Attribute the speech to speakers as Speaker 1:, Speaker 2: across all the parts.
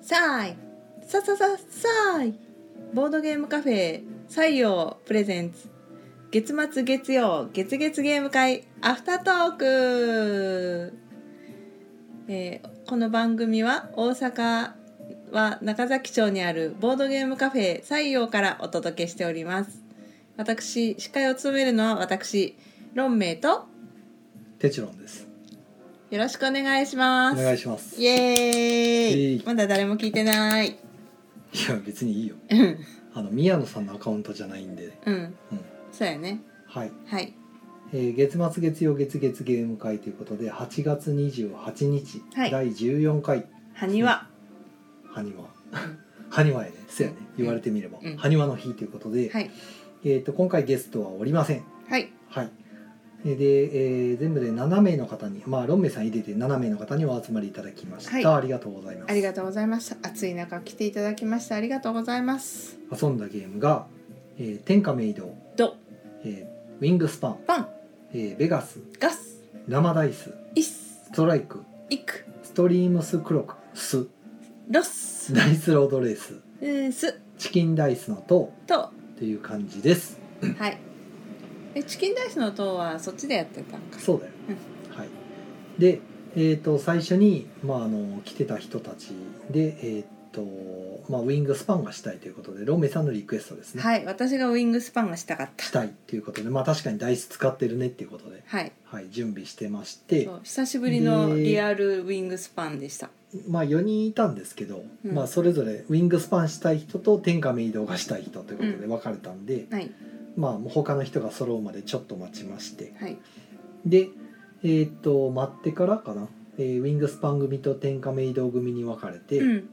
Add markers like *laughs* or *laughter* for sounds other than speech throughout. Speaker 1: さあいささささあいボードゲームカフェ採用プレゼンツ月末月曜月月ゲーム会アフタートーク、えーこの番組は大阪は中崎町にあるボードゲームカフェ採用からお届けしております私司会を務めるのは私ロンメイと
Speaker 2: テチロンです。
Speaker 1: よろしくお願いしま
Speaker 2: お
Speaker 1: す
Speaker 2: 願いします。
Speaker 1: イエーイ
Speaker 2: イエーイ
Speaker 1: まだ誰も聞いてない
Speaker 2: いや別にいいよ。
Speaker 1: うん
Speaker 2: あの宮野さんのアカウントじゃないんで。
Speaker 1: うん
Speaker 2: うん。
Speaker 1: そうやね
Speaker 2: はい。
Speaker 1: はい
Speaker 2: えー月末月曜月月ゲーム会ということで8月28日、
Speaker 1: はい
Speaker 2: 第14回
Speaker 1: 埴輪
Speaker 2: 埴輪。 *laughs* 埴輪やね。そうやね。言われてみれば、
Speaker 1: うん
Speaker 2: 埴輪の日ということで、
Speaker 1: はい
Speaker 2: えっ、と今回ゲストはおりません。
Speaker 1: はい
Speaker 2: はい。えーで、えー全部で7名の方に、まあロンメイさん入れて7名の方にお集まりいただきました。
Speaker 1: はい
Speaker 2: ありがとうございます。
Speaker 1: ありがとうございました暑い中来ていただきましてありがとうございます
Speaker 2: 遊んだゲームが、えー天下明堂、
Speaker 1: ド
Speaker 2: えーウィングスパン、
Speaker 1: パン
Speaker 2: えーベガス、
Speaker 1: ガス
Speaker 2: ラマダイス、
Speaker 1: イス
Speaker 2: ストライク、
Speaker 1: イク
Speaker 2: ストリームスクロックス、
Speaker 1: ロス
Speaker 2: ダイスロードレース、
Speaker 1: うんス
Speaker 2: チキンダイスの塔
Speaker 1: と
Speaker 2: という感じです。
Speaker 1: はいえチキンダイスの塔はそっちでやってたんか
Speaker 2: そうだよ。はい。で、えっ、と最初にまああの来てた人たちでえっ、とまあウィングスパンがしたいということでロメさんのリクエストですね。
Speaker 1: はい私がウィングスパンがしたかった
Speaker 2: したいということで、まあ確かにダイス使ってるねっていうことで、
Speaker 1: はい
Speaker 2: はい準備してまして
Speaker 1: そ、う久しぶりのリアルウィングスパンでした
Speaker 2: まあ4人いたんですけど、
Speaker 1: うん
Speaker 2: まあそれぞれウィングスパンしたい人と天下明堂がしたい人ということで
Speaker 1: うん
Speaker 2: 分かれたんで。
Speaker 1: はい
Speaker 2: まあ、他の人が揃うまでちょっと待ちまして
Speaker 1: はい
Speaker 2: でえーっと待ってからかな、えーウィングスパン組と天下明堂組に分かれて、
Speaker 1: うん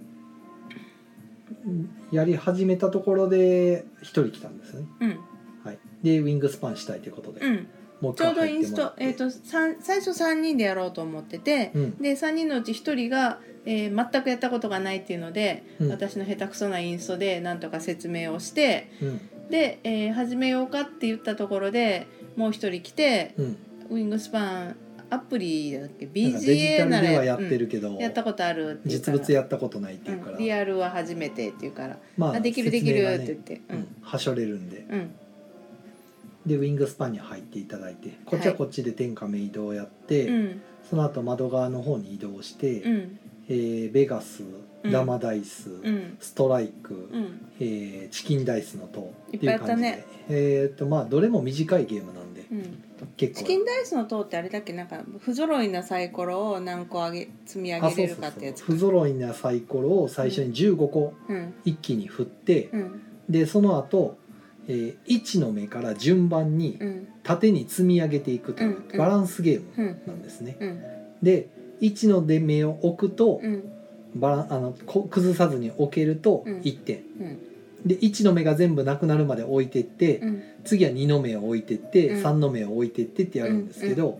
Speaker 2: やり始めたところで1人来たんですね、
Speaker 1: うん
Speaker 2: はい、でウィングスパンしたいということで、
Speaker 1: うん
Speaker 2: もう一
Speaker 1: ちょう
Speaker 2: 回
Speaker 1: どイン
Speaker 2: 入っ
Speaker 1: ス
Speaker 2: てもら
Speaker 1: ト
Speaker 2: って
Speaker 1: えっ、と三最初3人でやろうと思ってて、
Speaker 2: うん
Speaker 1: で3人のうち1人が、えー全くやったことがないっていうので、
Speaker 2: うん
Speaker 1: 私の下手くそなインストでなんとか説明をして
Speaker 2: うん
Speaker 1: で、えー始めようかって言ったところでもう1人来て、
Speaker 2: うん、
Speaker 1: ウィングスパンアプリだっけ
Speaker 2: なんかデジ
Speaker 1: BGA
Speaker 2: タ
Speaker 1: な
Speaker 2: ル
Speaker 1: ら
Speaker 2: ではやってるけど、
Speaker 1: うんやったことあるって言うか
Speaker 2: 実
Speaker 1: ら
Speaker 2: 物やったことないっていうから、
Speaker 1: うんリアルは初めてっていうから、
Speaker 2: ま
Speaker 1: あ、できるできるって言っ
Speaker 2: 説
Speaker 1: て、
Speaker 2: 明がねうん、はしょれるんで
Speaker 1: うんうん
Speaker 2: でウィングスパンに入っていただいてこっちはこっちで天下明堂をやって、
Speaker 1: うん
Speaker 2: その後窓側の方に移動して、
Speaker 1: うん
Speaker 2: えーベガス
Speaker 1: うん
Speaker 2: ラマダイス、
Speaker 1: うん
Speaker 2: ストライク、
Speaker 1: うん
Speaker 2: えーチキンダイスの塔
Speaker 1: いっぱいやったね
Speaker 2: っていう感じでえーっとまあどれも短いゲームなんで
Speaker 1: うん
Speaker 2: 結
Speaker 1: チ
Speaker 2: 構
Speaker 1: キンダイスの塔ってあれだっけなんか不揃いなサイコロを何個あげ積み上げれるかってやつ
Speaker 2: 不揃いなサイコロを最初に15個
Speaker 1: うん
Speaker 2: 一気に振って、
Speaker 1: うん
Speaker 2: でその後、えー、1の目から順番に
Speaker 1: うん
Speaker 2: 縦に積み上げていくという
Speaker 1: うんうん
Speaker 2: バランスゲー
Speaker 1: う
Speaker 2: ム
Speaker 1: ん
Speaker 2: なんですね。
Speaker 1: うん
Speaker 2: で1の出目を置くと、
Speaker 1: うん
Speaker 2: バランあのこ崩さずに置けると
Speaker 1: うん
Speaker 2: 1点、
Speaker 1: うん
Speaker 2: で1の目が全部なくなるまで置いてって、
Speaker 1: うん
Speaker 2: 次は2の目を置いてって、
Speaker 1: うん
Speaker 2: 3の目を置いてってってやるんですけど、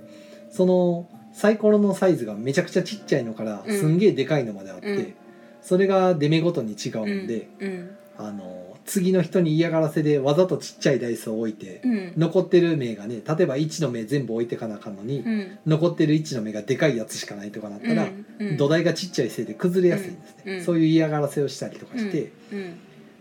Speaker 2: そのサイコロのサイズがめちゃくちゃちっちゃいのから
Speaker 1: うん
Speaker 2: すんげえでかいのまであって、
Speaker 1: うん
Speaker 2: それが出目ごとに違うんで、
Speaker 1: うん
Speaker 2: あの次の人に嫌がらせでわざとちっちゃいダイスを置いて、
Speaker 1: うん
Speaker 2: 残ってる目がね例えば1の目全部置いてかなあかんのに、
Speaker 1: うん
Speaker 2: 残ってる1の目がでかいやつしかないとかなったら、
Speaker 1: うん
Speaker 2: 土台がちっちゃいせいで崩れやすいんですね、
Speaker 1: うんうん
Speaker 2: そういう嫌がらせをしたりとかして、
Speaker 1: うん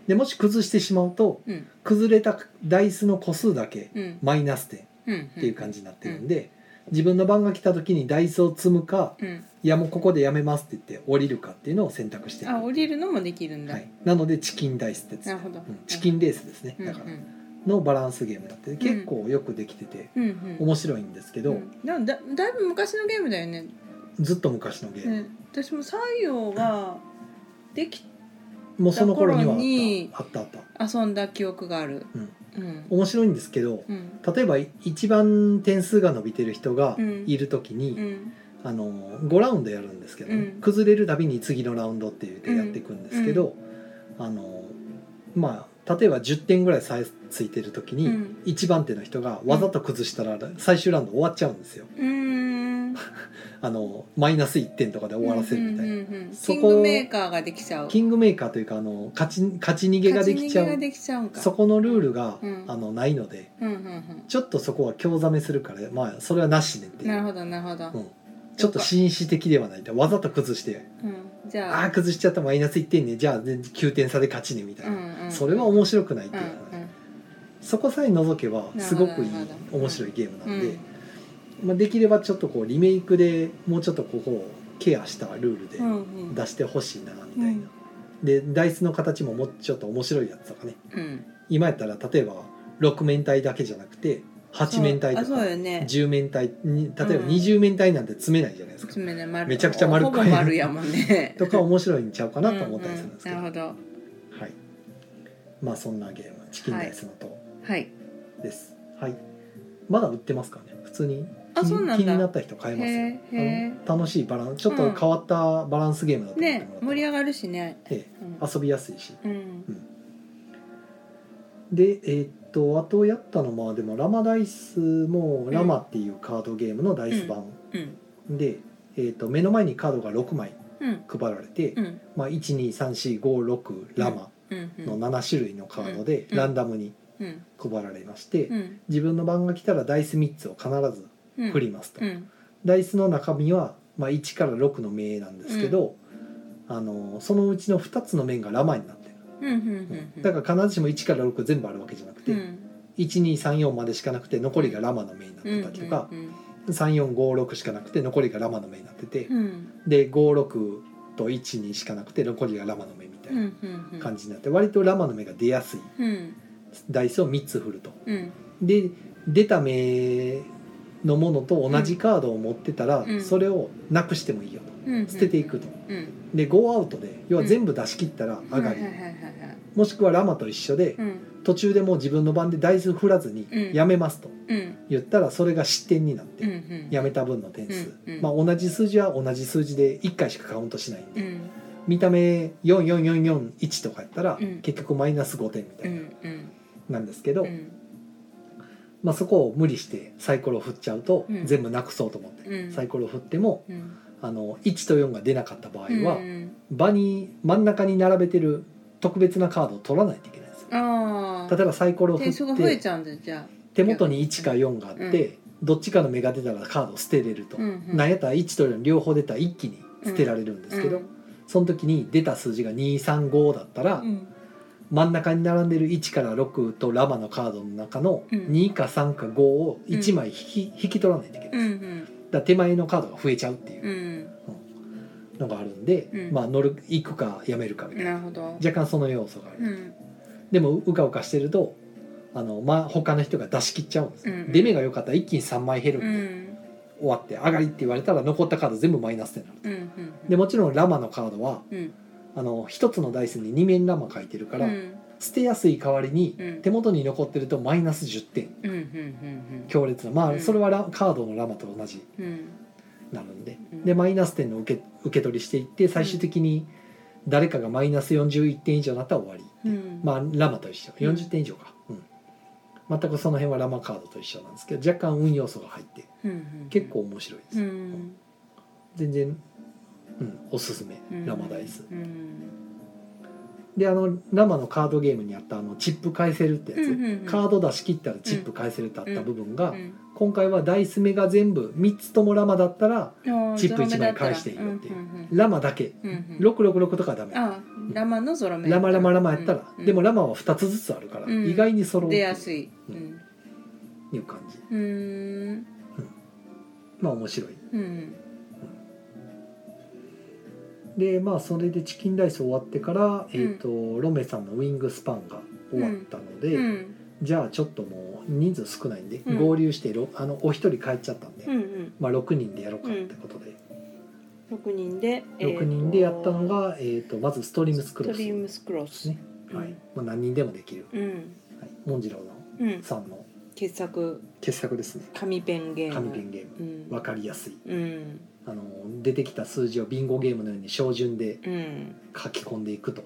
Speaker 2: でもし崩してしまうと
Speaker 1: うん
Speaker 2: 崩れたダイスの個数だけ
Speaker 1: うん
Speaker 2: マイナス点っ
Speaker 1: うん
Speaker 2: ていう感じになってるんで、自分の番が来た時にダイスを積むか
Speaker 1: うん
Speaker 2: いやもうここでやめますって言って降りるかっていうのを選択して
Speaker 1: あ降りるのもできるんだ
Speaker 2: はい、なのでチキンダイスってやつ
Speaker 1: なるほど
Speaker 2: うんチキンレースですね、
Speaker 1: うんう
Speaker 2: だから
Speaker 1: ん
Speaker 2: のバランスゲームだって結構よくできてて
Speaker 1: うんうん
Speaker 2: 面白いんですけど、
Speaker 1: うんでもだだいぶ昔のゲームだよね
Speaker 2: ずっと昔のゲーム、
Speaker 1: ね私も作業ができ
Speaker 2: もうその頃に
Speaker 1: だ頃に
Speaker 2: はあったあったあった
Speaker 1: 遊んだ記憶がある
Speaker 2: うん
Speaker 1: うん
Speaker 2: 面白いんですけど、
Speaker 1: うん
Speaker 2: 例えば一番点数が伸びてる人が
Speaker 1: うん
Speaker 2: いる時に、
Speaker 1: うん
Speaker 2: あの5ラウンドやるんですけどね、
Speaker 1: うん
Speaker 2: 崩れるたびに次のラウンドって言ってやっていくんですけど、あのまあ例えば10点ぐらい差ついてる時に、
Speaker 1: うん
Speaker 2: 一番手の人がわざと崩したら最終ラウンド終わっちゃうんですよ
Speaker 1: うーん
Speaker 2: あのマイナス1点とかで終わらせるみたいな、
Speaker 1: うんうんうん
Speaker 2: そ
Speaker 1: キ
Speaker 2: こ
Speaker 1: ングメーカーができちゃう
Speaker 2: キングメーカーというかあの勝ち勝ち逃げができちゃ
Speaker 1: 勝逃げがで
Speaker 2: う
Speaker 1: きちゃうんか
Speaker 2: そこのルールが、
Speaker 1: うん
Speaker 2: あのないので
Speaker 1: うんうん
Speaker 2: ちょっとそこは興ざめするから、まあ、それはなしねっ
Speaker 1: う
Speaker 2: て
Speaker 1: ん
Speaker 2: いう
Speaker 1: なるほどなるほど
Speaker 2: うん、ちょっと紳士的ではないとわざと崩して
Speaker 1: うんじゃ
Speaker 2: あ
Speaker 1: あ
Speaker 2: あ崩しちゃったマイナス1点ねじゃあ9点差で勝ちねみたいな、
Speaker 1: うんうん
Speaker 2: それは面白くないって
Speaker 1: う
Speaker 2: い
Speaker 1: ん
Speaker 2: う話、そこさえ除けば
Speaker 1: ど
Speaker 2: すごくいい
Speaker 1: なるほど
Speaker 2: 面白いゲームな
Speaker 1: うんん
Speaker 2: で、まあ、できればちょっとこうリメイクでもうちょっとここをケアしたルールで
Speaker 1: うんうん
Speaker 2: 出してほしいなみたいな、
Speaker 1: うん
Speaker 2: でダイスの形ももうちょっと面白いやつとかね
Speaker 1: うん
Speaker 2: 今やったら例えば6面体だけじゃなくて8面体と
Speaker 1: そ
Speaker 2: か
Speaker 1: うあそうよね
Speaker 2: 10面体に例えば
Speaker 1: うん
Speaker 2: 20面体なんて詰めないじゃないですか、
Speaker 1: 爪ね丸
Speaker 2: めちゃくちゃ丸く
Speaker 1: ほぼ丸やもんね
Speaker 2: とか面白いんちゃうかなと思ったりするんですけど,、
Speaker 1: ううなるほ
Speaker 2: はいまあそんなゲーム「チキンダイスの塔
Speaker 1: どはい」
Speaker 2: ですはい、まだ売ってますからね普通に
Speaker 1: あ
Speaker 2: 気に
Speaker 1: そうなんだ
Speaker 2: 気になった人買えます
Speaker 1: へ
Speaker 2: よ、
Speaker 1: ーへ
Speaker 2: うん楽しいバランスちょっと変わったバランスゲームだと思っ
Speaker 1: ね
Speaker 2: てもらったら、
Speaker 1: 盛り上がるしね
Speaker 2: え
Speaker 1: うん
Speaker 2: え遊びやすいし
Speaker 1: うん
Speaker 2: でえーっとあとやったのまあでもラマダイスも
Speaker 1: ん
Speaker 2: ラマっていうカードゲームのダイス版
Speaker 1: うん
Speaker 2: で、えーっと目の前にカードが6枚
Speaker 1: うん
Speaker 2: 配られて、
Speaker 1: うん
Speaker 2: まあ、123456ラマ
Speaker 1: うんうん
Speaker 2: の7種類のカードで
Speaker 1: うん
Speaker 2: ランダムに
Speaker 1: うん
Speaker 2: 配られまして、
Speaker 1: うん
Speaker 2: 自分の番が来たらダイス3つを必ず
Speaker 1: うん
Speaker 2: 振りますと、
Speaker 1: うん
Speaker 2: ダイスの中身は、まあ、1から6の目なんですけど、あのそのうちの2つの面がラマになってる、
Speaker 1: うんうんうんうん
Speaker 2: だから必ずしも1から6全部あるわけじゃなくて、
Speaker 1: うん
Speaker 2: 1234までしかなくて残りがラマの目になってたりとか、
Speaker 1: うん
Speaker 2: 3456しかなくて残りがラマの目になってて、
Speaker 1: うんうん
Speaker 2: で56と12しかなくて残りがラマの目みたい
Speaker 1: うんう
Speaker 2: なん
Speaker 1: うんうん
Speaker 2: 感じになって割とラマの目が出やすい
Speaker 1: うん
Speaker 2: ダイスを3つ振ると。
Speaker 1: うん
Speaker 2: で出た目のものと同じカードを持ってたら、
Speaker 1: うん
Speaker 2: それをなくしてもいいよと
Speaker 1: うん
Speaker 2: 捨てていくと。
Speaker 1: うん
Speaker 2: で5アウトで要は全部出し切ったら上がり、
Speaker 1: はいはいはいはいはい
Speaker 2: もしくはラマと一緒で、
Speaker 1: うん
Speaker 2: 途中でもう自分の番でダイス振らずに
Speaker 1: うん
Speaker 2: やめますと
Speaker 1: うん
Speaker 2: 言ったらそれが失点になって、
Speaker 1: うんうん
Speaker 2: やめた分の点数、
Speaker 1: うんうん
Speaker 2: まあ、同じ数字は同じ数字で1回しかカウントしないん
Speaker 1: う
Speaker 2: で、
Speaker 1: ん
Speaker 2: 見た目44441とかやったら
Speaker 1: うん
Speaker 2: 結局マイナス5点み
Speaker 1: う
Speaker 2: たいなん
Speaker 1: うん
Speaker 2: なんですけど、
Speaker 1: うん
Speaker 2: まあ、そこを無理してサイコロ振っちゃうと
Speaker 1: うん
Speaker 2: 全部なくそうと思って、
Speaker 1: うん
Speaker 2: サイコロ振っても
Speaker 1: うん
Speaker 2: あの1と4が出なかった場合は、
Speaker 1: うん
Speaker 2: 場に真ん中に並べてる特別なカードを取らないといけないんですよ
Speaker 1: ああ
Speaker 2: 例えばサイコロを振
Speaker 1: 点数が
Speaker 2: っ
Speaker 1: 増え
Speaker 2: て
Speaker 1: ちゃうんだじゃあ
Speaker 2: 手元に1か4があって、どっちかの目が出たらカードを捨てれると、
Speaker 1: うんうん
Speaker 2: なんやったら1と4両方出たら一気に捨てられるんですけど、
Speaker 1: うん
Speaker 2: その時に出た数字が235だったら、
Speaker 1: うん
Speaker 2: 真ん中に並んでる1から6とラマのカードの中の
Speaker 1: うん
Speaker 2: 2か3か5を1枚引き,、引き取らないといけない、
Speaker 1: うん
Speaker 2: だから手前のカードが増えちゃうってい
Speaker 1: うん
Speaker 2: う
Speaker 1: うん
Speaker 2: のがあるんで、
Speaker 1: うん
Speaker 2: まあ乗る行くかやめるかみたい
Speaker 1: な
Speaker 2: な、
Speaker 1: るほど
Speaker 2: 若干その要素がある、
Speaker 1: うん
Speaker 2: でもうかうかしてるとあの、まあ、他の人が出し切っちゃうんですよ、
Speaker 1: うん
Speaker 2: 出目が良かったら一気に3枚減るん
Speaker 1: う
Speaker 2: で、
Speaker 1: ん
Speaker 2: 終わって上がりって言われたら残ったカード全部マイナスになる、
Speaker 1: うんうん
Speaker 2: でもちろんラマのカードは
Speaker 1: うん
Speaker 2: あの1つのダイスに2面ラマ書いてるから、
Speaker 1: うん
Speaker 2: 捨てやすい代わりに
Speaker 1: うん
Speaker 2: 手元に残ってるとマイナス10点
Speaker 1: うんうんうん
Speaker 2: 強烈なま
Speaker 1: う
Speaker 2: あ
Speaker 1: ん
Speaker 2: それはラカードのラマと同じ
Speaker 1: うんうん
Speaker 2: なるんで
Speaker 1: うん
Speaker 2: でマイナス点の受け受け取りしていって最終的に誰かがマイナス41点以上になったら終わり、
Speaker 1: うん
Speaker 2: まあラマと一緒
Speaker 1: うん
Speaker 2: 40点以上か、うん全くその辺はラマカードと一緒なんですけど若干運要素が入って
Speaker 1: うんうん
Speaker 2: 結構面白いです、
Speaker 1: うん
Speaker 2: 全然、うん、おすすめ
Speaker 1: うん
Speaker 2: ラマダイス、
Speaker 1: うん
Speaker 2: であのラマのカードゲームにあったあのチップ返せるってやつ、
Speaker 1: うんうんうん
Speaker 2: カード出し切ったらチップ返せるってあった部分が、
Speaker 1: うん
Speaker 2: 今回はダイス目が全部3つともラマだったらチップ一枚返していいよっていうん
Speaker 1: ん
Speaker 2: ラマだけ
Speaker 1: うんうん
Speaker 2: 666とかはダメ、
Speaker 1: あラマのゾロ目
Speaker 2: ラマラマラマやったら、
Speaker 1: うん
Speaker 2: でもラマは2つずつあるから、
Speaker 1: うん
Speaker 2: 意外に揃うって
Speaker 1: 出
Speaker 2: い
Speaker 1: やす
Speaker 2: う
Speaker 1: いうん
Speaker 2: いう感じ
Speaker 1: うーん
Speaker 2: まあ面白い
Speaker 1: うん
Speaker 2: でまあそれでチキンライス終わってから、えー、とロメさんのウィングスパンが終わったので、
Speaker 1: うん
Speaker 2: じゃあちょっともう人数少ないんで、
Speaker 1: うん
Speaker 2: 合流してろあのお一人帰っちゃったんで、
Speaker 1: うんうん
Speaker 2: まあ、6人でやろうかってことで、
Speaker 1: 六人で
Speaker 2: 6人でやったのが、えー、とまずストリームスク
Speaker 1: ト
Speaker 2: ロス、
Speaker 1: リームスクロス
Speaker 2: ねはいまあ、何人でもできる、
Speaker 1: うん
Speaker 2: はい、モンジローの
Speaker 1: うん
Speaker 2: さんの
Speaker 1: 傑作
Speaker 2: 傑作ですね
Speaker 1: 紙ペンゲーム
Speaker 2: 紙ペンゲーム
Speaker 1: うん
Speaker 2: 分かりやすい
Speaker 1: うん
Speaker 2: あの出てきた数字をビンゴゲームのように照準で
Speaker 1: うん
Speaker 2: 書き込んでいくと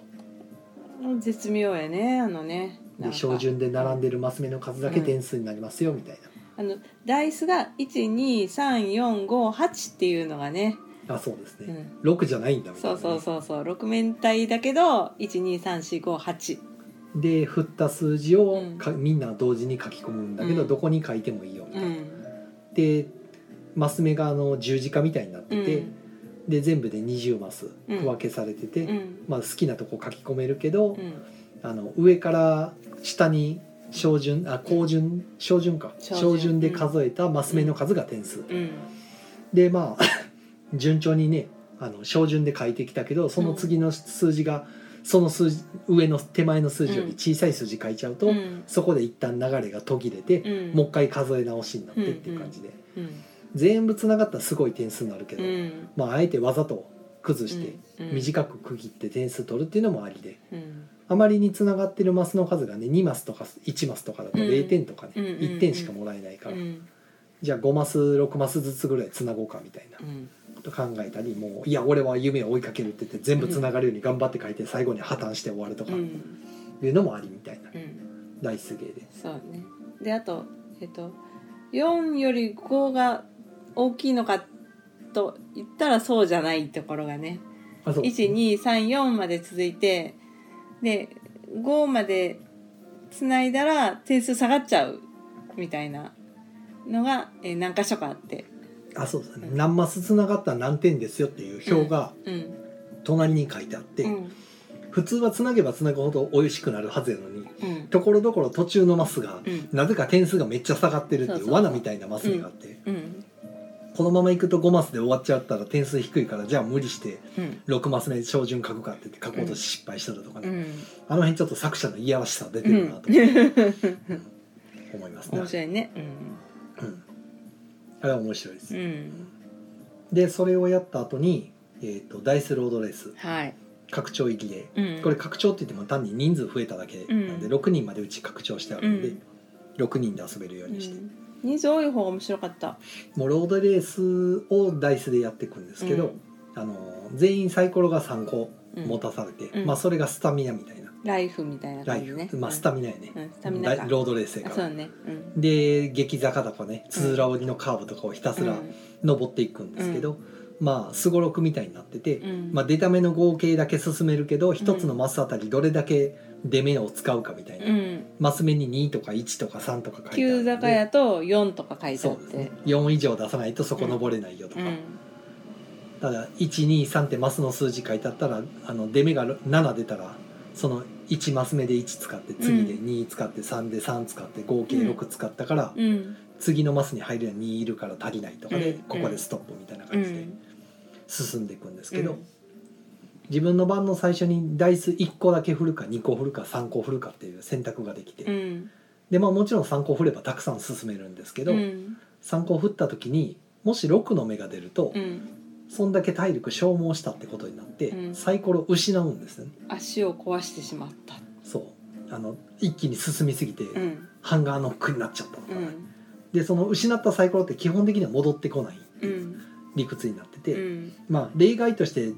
Speaker 1: 絶妙やねあのねなん
Speaker 2: で
Speaker 1: か
Speaker 2: 照準で並んでるマス目の数だけ点数になりますよみたい
Speaker 1: あのダイスが123458っていうのがね、
Speaker 2: なあそうです
Speaker 1: う
Speaker 2: ね、
Speaker 1: ん、
Speaker 2: 6じゃないんだみたい
Speaker 1: そ
Speaker 2: な
Speaker 1: う
Speaker 2: ね
Speaker 1: そうそうそう6面体だけど123458
Speaker 2: で振った数字を
Speaker 1: うん
Speaker 2: かみんな同時に書き込むんだけど、
Speaker 1: うん
Speaker 2: どこに書いてもいいよみた
Speaker 1: う
Speaker 2: いな、
Speaker 1: ん
Speaker 2: でマス目があの十字架みたいになっ
Speaker 1: う
Speaker 2: てて、
Speaker 1: ん
Speaker 2: で全部で20マス
Speaker 1: うん
Speaker 2: 区分けされてて、
Speaker 1: うん
Speaker 2: まあ、好きなとこ書き込めるけど、
Speaker 1: うん
Speaker 2: あの上から下に小順あ高順小順か
Speaker 1: 小
Speaker 2: 小
Speaker 1: 順
Speaker 2: 順で数えたマス目の数が点数、
Speaker 1: うん
Speaker 2: でまあ *laughs* 順調にねあの小順で書いてきたけどその次の数字が、その数字上の手前の数字より小さい数字書いちゃうと、
Speaker 1: うん
Speaker 2: そこで一旦流れが途切れて、
Speaker 1: うん
Speaker 2: もう一回数え直しになってっていう感じで、
Speaker 1: うん
Speaker 2: 全部つながったらすごい点数になるけど、
Speaker 1: うん
Speaker 2: まああえてわざと崩して
Speaker 1: うん
Speaker 2: 短く区切って点数取るっていうのもありで、
Speaker 1: うん
Speaker 2: あまりにつながってるマスの数がね2マスとか1マスとかだと
Speaker 1: うん
Speaker 2: 0点とかね、
Speaker 1: うんうんうん
Speaker 2: 1点しかもらえないか
Speaker 1: う
Speaker 2: ら、
Speaker 1: ん
Speaker 2: じゃあ5マス6マスずつぐらいつなごうかみたいな
Speaker 1: うん
Speaker 2: こと考えたりもういや俺は夢を追いかけるって言って全部つながるように頑張って書いて最後に破綻して終わるとか
Speaker 1: う
Speaker 2: い
Speaker 1: ん
Speaker 2: うのもありみたいな
Speaker 1: うん
Speaker 2: 大出芸で。
Speaker 1: そうねであとえっと4より5が大きいのかと言ったらそうじゃないところがね
Speaker 2: あそう
Speaker 1: 1234まで続いてで5までつないだら点数下がっちゃうみたいなのが、えー何箇所かあって
Speaker 2: あそうですね
Speaker 1: うん
Speaker 2: 何マスつながったら何点ですよっていう表が
Speaker 1: うん
Speaker 2: 隣に書いてあって、
Speaker 1: うん
Speaker 2: 普通はつなげばつなぐほど美味しくなるはずやのに
Speaker 1: うん
Speaker 2: ところどころ途中のマスが
Speaker 1: うん
Speaker 2: なぜか点数がめっちゃ下がってるって
Speaker 1: そう
Speaker 2: い
Speaker 1: そう
Speaker 2: う罠みたいなマスがあって、
Speaker 1: うん
Speaker 2: このままいくと5マスで終わっちゃったら点数低いからじゃあ無理して
Speaker 1: うん
Speaker 2: 6マス目で照準書くかって言って書こうと失敗しただとか
Speaker 1: う
Speaker 2: ね、
Speaker 1: ん
Speaker 2: あの辺ちょっと作者のいやらしさ出て
Speaker 1: う
Speaker 2: る
Speaker 1: ん
Speaker 2: なと、思いますね
Speaker 1: 面。白いねうん
Speaker 2: うんあれは面白いです、
Speaker 1: うん
Speaker 2: でそれをやった後に、えー、とダイスロードレース
Speaker 1: はい、
Speaker 2: 拡張入りで
Speaker 1: うん、
Speaker 2: これ拡張って言っても単に人数増えただけなんで、
Speaker 1: うん
Speaker 2: 6人までうち拡張してあるんで、
Speaker 1: うん
Speaker 2: 6人で遊べるよう
Speaker 1: うん
Speaker 2: にして、
Speaker 1: 人数多い方が面白かった
Speaker 2: もうロードレースをダイスでやっていくんですけど、あの全員サイコロが3個
Speaker 1: うん
Speaker 2: 持たされて、
Speaker 1: うん
Speaker 2: まあ、それがスタミナみたいな、
Speaker 1: ライフみたいな
Speaker 2: ラ
Speaker 1: 感
Speaker 2: イ
Speaker 1: じ
Speaker 2: フ、
Speaker 1: ね。
Speaker 2: まあ、スタミナやね
Speaker 1: う、んスタミナか
Speaker 2: ライロードレースや
Speaker 1: あ
Speaker 2: か
Speaker 1: そうだ
Speaker 2: ら。
Speaker 1: ね。うん。
Speaker 2: で激坂とかねつづら折りのカーブとかをひたすら登っていくんですけど、まあすごろくみたいになってて、
Speaker 1: うん。
Speaker 2: まあ、出た目の合計だけ進めるけど一つのマスあたりどれだけ出目を使うかみたいな、
Speaker 1: うん。
Speaker 2: マス目に2とか1とか3とか書いてある
Speaker 1: 急
Speaker 2: んで
Speaker 1: 坂やと四とか書いてあ
Speaker 2: そ
Speaker 1: っ
Speaker 2: うです
Speaker 1: て。
Speaker 2: ね4以上出さないとそこ登れないよと
Speaker 1: う
Speaker 2: か、
Speaker 1: ん。
Speaker 2: ただ123ってマスの数字書いてあったらあの出目が7出たらその1マス目で1使って次で
Speaker 1: うん
Speaker 2: 2使って3で3使って合計6使ったから、
Speaker 1: うん。
Speaker 2: 次のマスに入るには2いるから足りないとかで、
Speaker 1: うん
Speaker 2: ここでストップみたいな
Speaker 1: う
Speaker 2: 感じで
Speaker 1: ん。
Speaker 2: 進んでいくんですけど、自分の番の最初にダイス1個だけ振るか2個振るか3個振るかっていう選択ができて、
Speaker 1: うん。
Speaker 2: でまあもちろん3個振ればたくさん進めるんですけど、
Speaker 1: うん。
Speaker 2: 3個振った時にもし6の目が出ると、
Speaker 1: うん。
Speaker 2: そんだけ体力消耗したってことになって、
Speaker 1: うん
Speaker 2: サイコロ失うんですね
Speaker 1: 足を壊してしまった。
Speaker 2: そうあの一気に進みすぎて、
Speaker 1: うん。
Speaker 2: ハンガーノックになっちゃったとか
Speaker 1: う
Speaker 2: ね、
Speaker 1: ん。
Speaker 2: でその失ったサイコロって基本的には戻ってこない
Speaker 1: うん。
Speaker 2: 理屈になって
Speaker 1: う
Speaker 2: て、
Speaker 1: ん。
Speaker 2: まあ例外として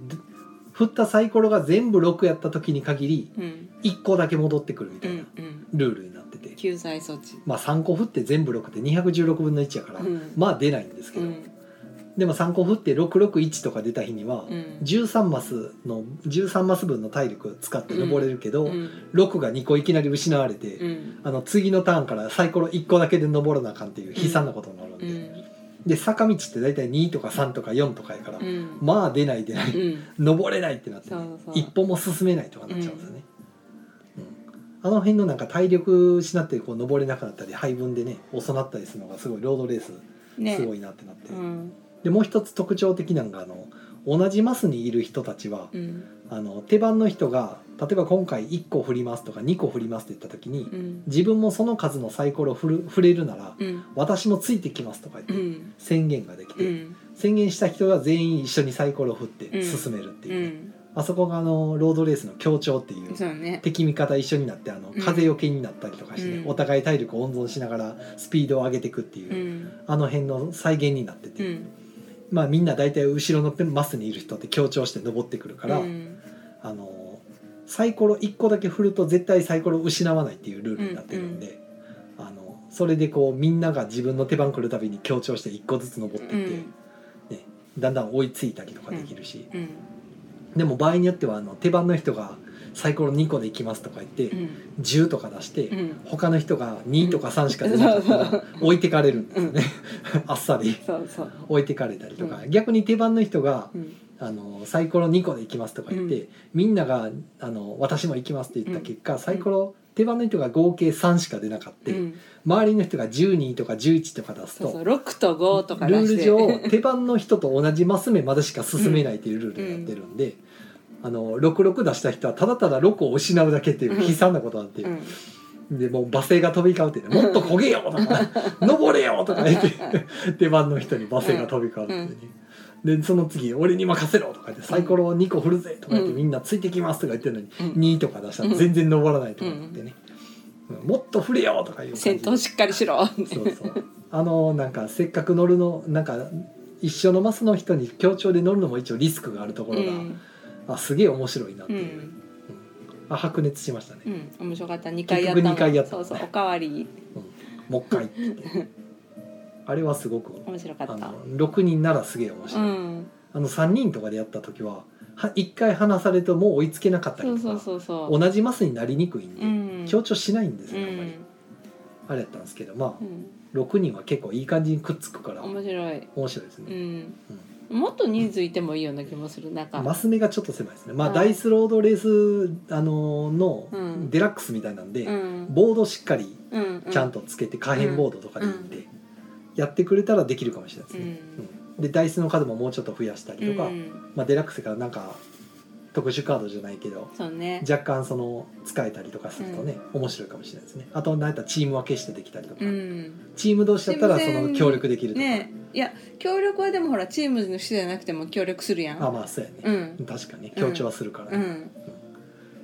Speaker 2: 振ったサイコロが全部6やった時に限り
Speaker 1: うん。
Speaker 2: 1個だけ戻ってくるみ
Speaker 1: う。
Speaker 2: たいなん
Speaker 1: うん。
Speaker 2: ルールになってて、
Speaker 1: 救済措置。
Speaker 2: まあ3個振って全部6って216分の1やから、
Speaker 1: うん
Speaker 2: まあ出ないんですけ
Speaker 1: う
Speaker 2: ど、
Speaker 1: ん。
Speaker 2: でも3個振って661とか出た日には、
Speaker 1: うん。
Speaker 2: 13マスの13マス分の体力使って登れるけど、
Speaker 1: うん。
Speaker 2: 6が2個いきなり失われて、
Speaker 1: うん。
Speaker 2: あの次のターンからサイコロ1個だけで登らなあかんっていう悲惨なことになるん
Speaker 1: う
Speaker 2: で、
Speaker 1: ん。
Speaker 2: で坂道って大体2とか3とか4とかやから、
Speaker 1: うん。
Speaker 2: まあ出ない出ない、
Speaker 1: うん。
Speaker 2: 登れないってなって、
Speaker 1: そ
Speaker 2: ね
Speaker 1: うそう。
Speaker 2: 一歩も進めないとかなっちゃうんですよね、うんあの辺のなんか体力失ってこう登れなくなったり配分でね遅なったりするのがすごいロードレース
Speaker 1: ね
Speaker 2: す。ごいなってなって、
Speaker 1: うん。
Speaker 2: でもう一つ特徴的なのがあの同じマスにいる人たちは、
Speaker 1: うん。
Speaker 2: あの手番の人が例えば今回1個振りますとか2個振りますって言った時に、
Speaker 1: うん。
Speaker 2: 自分もその数のサイコロ振る振れるなら、
Speaker 1: うん。
Speaker 2: 私もついてきますとか言って、
Speaker 1: うん。
Speaker 2: 宣言がで
Speaker 1: う
Speaker 2: きて、
Speaker 1: ん。
Speaker 2: 宣言した人が全員一緒にサイコロ振っ
Speaker 1: うん
Speaker 2: て進めるっていううね、
Speaker 1: ん。
Speaker 2: あそこがあのロードレースの協調っていう
Speaker 1: そうね。
Speaker 2: 敵味方一緒になってあの
Speaker 1: ん
Speaker 2: 風よけになったりとかしてね、
Speaker 1: うん
Speaker 2: お互い体力を温存しながらスピードを上げていくっていうう、
Speaker 1: ん。
Speaker 2: あの辺の再現になって
Speaker 1: う
Speaker 2: て、
Speaker 1: ん。
Speaker 2: まあみんな大体後ろのペンマスにいる人って強調して登ってくるから、
Speaker 1: うん
Speaker 2: あのサイコロ1個だけ振ると絶対サイコロを失わないっていうルールになってるんで、あのそれでこうみんなが自分の手番来るたびに強調して1個ずつ登ってって、
Speaker 1: うん
Speaker 2: だんだん追いついたりとかできるし、
Speaker 1: うん
Speaker 2: でも場合によってはあの手番の人がサイコロ2個でいきますとか言っ
Speaker 1: う
Speaker 2: て、
Speaker 1: ん
Speaker 2: 10とか出して、
Speaker 1: うん
Speaker 2: 他の人が2とか3しか出なかった
Speaker 1: そう
Speaker 2: ら *laughs* 置いて *laughs* かれるんですよね、あっさり
Speaker 1: そうそう
Speaker 2: 置いてかれたりとか、逆に手番の人が
Speaker 1: うん
Speaker 2: あのサイコロ2個で行きますとか言って、みんながあの私も行きますって言った結果、サイコロ手番の人が合計3しか出なかった、
Speaker 1: うん、
Speaker 2: 周りの人が12とか11とか出すと
Speaker 1: そうそう6と5とか出
Speaker 2: ルー
Speaker 1: して
Speaker 2: ル上手番の人と同じマス目までしか進めないというルールになってるんで、あの66出した人はただただ6を失うだけっていう
Speaker 1: うん
Speaker 2: 悲惨なことになって
Speaker 1: う
Speaker 2: る、
Speaker 1: ん
Speaker 2: でもう罵声が飛び交うってね「もっと焦げよ!」と
Speaker 1: *laughs*
Speaker 2: かね「登れよ!」とか言って *laughs* 手番の人に罵声が飛び交うっていうね。でその次「俺に任せろ」とか言って「サイコロ2個振るぜ」とか言って「
Speaker 1: うん
Speaker 2: みんなついてきます」とか言ってるのに
Speaker 1: うん
Speaker 2: 2とか出したら全然登らないとか言ってね「もっと振れよ!」とか言う感じで
Speaker 1: 戦闘しっかりしろ
Speaker 2: そうそう。あのなんかせっかく乗るのなんか一緒のマスの人に協調で乗るのも一応リスクがあるとこ
Speaker 1: う
Speaker 2: ろが、
Speaker 1: ん、
Speaker 2: あすげえ面白いなっ
Speaker 1: う
Speaker 2: ていう、
Speaker 1: ん
Speaker 2: あ白熱しましたね。
Speaker 1: うん、面白かった2回やった
Speaker 2: 結局二回やった
Speaker 1: そうそうおかわり
Speaker 2: もう一回って言
Speaker 1: *laughs*
Speaker 2: って。あれはすごく
Speaker 1: 面白か
Speaker 2: あ
Speaker 1: った
Speaker 2: の6人ならすげえ面
Speaker 1: う
Speaker 2: 白い、
Speaker 1: ん
Speaker 2: あの3人とかでやった時はは1回離されてもう追いつけなかったり
Speaker 1: そ
Speaker 2: と
Speaker 1: う
Speaker 2: か
Speaker 1: そうそうそ
Speaker 2: 同じマスになりにくいん
Speaker 1: うう
Speaker 2: で、
Speaker 1: ん
Speaker 2: 強調しないんです
Speaker 1: う
Speaker 2: よあんまり、
Speaker 1: ん
Speaker 2: あれやったんですけどま
Speaker 1: うん
Speaker 2: あ6人は結構いい感じにくっつくから
Speaker 1: 面白い
Speaker 2: 面白いです
Speaker 1: う
Speaker 2: ね、
Speaker 1: ん
Speaker 2: うん
Speaker 1: もっと人数いてもいいような気もするなんか
Speaker 2: マス目がちょっと狭いですね、まあ、
Speaker 1: うん
Speaker 2: ダイスロードレース、あの
Speaker 1: う
Speaker 2: の
Speaker 1: ん
Speaker 2: デラックスみたいなんで、
Speaker 1: うん
Speaker 2: ボードしっかり
Speaker 1: うん
Speaker 2: ちゃんとつけて可変ボードとかでいってやってくれたらできるかもしれないですね、うんでダイスの数ももうちょっと増やしたりとか、
Speaker 1: うん
Speaker 2: まあ、デラックスからなんか特殊カードじゃないけど
Speaker 1: そうね
Speaker 2: 若干その使えたりとかするとね、面白いかもしれないですねあと何やったらチーム分けしてできたりとか、
Speaker 1: うん
Speaker 2: チーム同士だったらそ
Speaker 1: チーム戦
Speaker 2: の協力できるとか、
Speaker 1: ねいや協力はでもほらチームの人じゃなくても協力するやん
Speaker 2: あまあそうやね、
Speaker 1: うん
Speaker 2: 確かにね協調はするからね、
Speaker 1: うん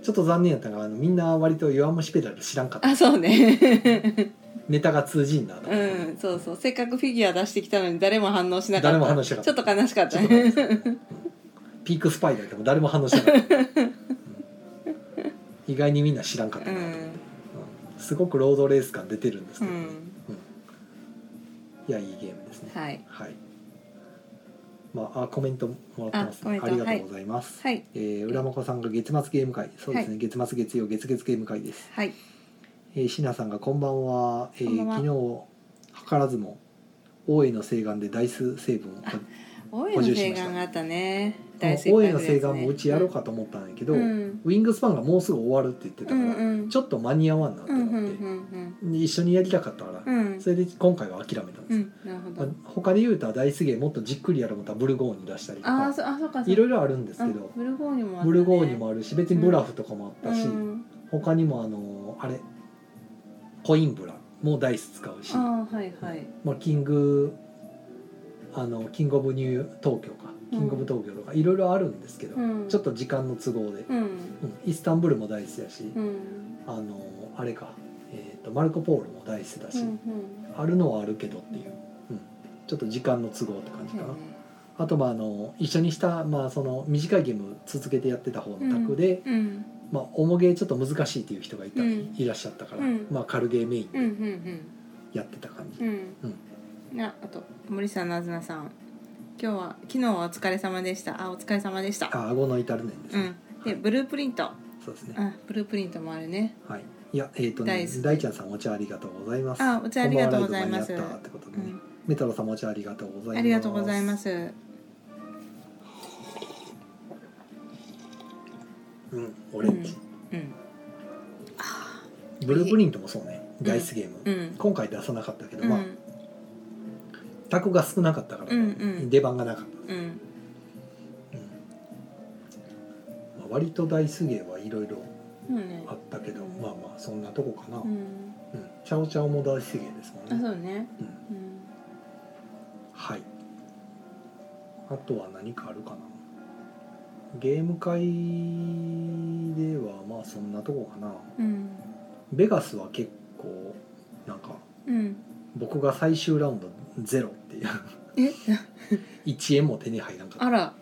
Speaker 2: ちょっと残念やったのがあのみんな割と弱虫ペダル知らんかった
Speaker 1: あそうね *laughs*
Speaker 2: ネタが通じんなとか、
Speaker 1: うんそうそうせっかくフィギュア出してきたのに誰も反応しなかった
Speaker 2: 誰も反応しなかった
Speaker 1: ちょっと悲しかった
Speaker 2: ちょっと待
Speaker 1: ね
Speaker 2: ってうんピークスパイダーでも誰も反応しな
Speaker 1: *laughs*
Speaker 2: かった、うん意外にみんな知らんかっ
Speaker 1: *laughs*
Speaker 2: た
Speaker 1: う
Speaker 2: なと、うん
Speaker 1: ん
Speaker 2: すごくロードレース感出てるんです
Speaker 1: う
Speaker 2: けどね、
Speaker 1: ん
Speaker 2: いやいいゲームですね
Speaker 1: はい
Speaker 2: はい、まああコメントもらってます
Speaker 1: あコメント
Speaker 2: ありがとうございます、
Speaker 1: はい
Speaker 2: えー浦真さんが月末ゲーム会そうですね、月末月曜月月ゲーム会です
Speaker 1: はい
Speaker 2: えー、シナさんがこんばんは,、えー
Speaker 1: こんばんは
Speaker 2: 昨日図らずも大江の西岸でダイス成分を
Speaker 1: 大江の西岸があったね大
Speaker 2: 大江の西岸もうちやろうかと思ったんやけど、
Speaker 1: うん
Speaker 2: ウィングスパンがもうすぐ終わるって言ってた
Speaker 1: う
Speaker 2: から、
Speaker 1: んうん
Speaker 2: ちょっと間に合わんなって
Speaker 1: う
Speaker 2: なんって、
Speaker 1: うんうん
Speaker 2: で一緒にやりたかったから、
Speaker 1: うんうん
Speaker 2: それで今回は諦めたん
Speaker 1: う
Speaker 2: です、
Speaker 1: んなるほ
Speaker 2: まあ
Speaker 1: ど、
Speaker 2: 他で言うたらダイスゲーもっとじっくりやるもたらブルゴーニュ出したりと
Speaker 1: あー
Speaker 2: か
Speaker 1: そあそうかそうか
Speaker 2: いろいろあるんですけど
Speaker 1: あ、ブルゴーニュもあったね
Speaker 2: ブルゴーニュもあるし別にブラフとかもあったし、
Speaker 1: うん
Speaker 2: 他にもあのーあれコインブラもダイス使うし。
Speaker 1: あーはいはい
Speaker 2: まあ、キングあのキングオブニュー東京かキングオブ東京とかいろいろあるんですけど、
Speaker 1: うん
Speaker 2: ちょっと時間の都合で、
Speaker 1: うん
Speaker 2: うんイスタンブールも大好きだし、
Speaker 1: うん
Speaker 2: あのあれか、えー、とマルコ・ポールも大好きだ
Speaker 1: う
Speaker 2: し、
Speaker 1: ん
Speaker 2: あるのはあるけどっていう、うん、ちょっと時間の都合って感じ
Speaker 1: うん
Speaker 2: かな、あとまああの一緒にした、まあ、その短いゲーム続けてやってた方の卓で、
Speaker 1: うん
Speaker 2: まあ、重ゲーちょっと難しいっていう人がいた、
Speaker 1: うん
Speaker 2: いらっしゃったから、
Speaker 1: うん
Speaker 2: まあ、軽ゲーメイン
Speaker 1: うんうん
Speaker 2: でやってた感じ、
Speaker 1: うんうんうんああと森さんなずなさん今日は昨日はお疲れ様でしたあお疲れ様でした
Speaker 2: あ顎の至るねんです
Speaker 1: う
Speaker 2: ね
Speaker 1: ん、でブループリント
Speaker 2: そうですね
Speaker 1: あブループリントもあるね
Speaker 2: はい。いや、えっ、と
Speaker 1: 大好、
Speaker 2: ね
Speaker 1: き
Speaker 2: 大ちゃんさん、お茶ありがとうございます。
Speaker 1: あお茶ありがとうございます
Speaker 2: こんばんはライブ間に合ったってことで
Speaker 1: う
Speaker 2: ね。
Speaker 1: ん
Speaker 2: メトロさんもお茶ありがとうございます。
Speaker 1: ありがとうございます。
Speaker 2: うん、オレンジ。
Speaker 1: うん
Speaker 2: ブループリントもそうね、
Speaker 1: ん
Speaker 2: ダイスゲーム。
Speaker 1: うん
Speaker 2: 今回出さなかったけど、
Speaker 1: うん
Speaker 2: まあ、卓が少なかったから、
Speaker 1: うんうん
Speaker 2: 出番がなかっ
Speaker 1: うん
Speaker 2: た。うんまあ、割とダイスゲーはいろいろ
Speaker 1: そうね
Speaker 2: あったけど、
Speaker 1: うん
Speaker 2: まあまあ、そんなとこかな。う。
Speaker 1: うんん
Speaker 2: チャオチャオもダイスゲーですもん
Speaker 1: あ
Speaker 2: ね。
Speaker 1: そうね
Speaker 2: うん
Speaker 1: うん
Speaker 2: はい。あとは何かあるかな。ゲーム会ではまあそんなとこかな。
Speaker 1: うん
Speaker 2: ベガスは結構なんか
Speaker 1: うん
Speaker 2: 僕が最終ラウンドゼロっていう
Speaker 1: え
Speaker 2: 1円も手に入らんか
Speaker 1: あ
Speaker 2: っ
Speaker 1: ら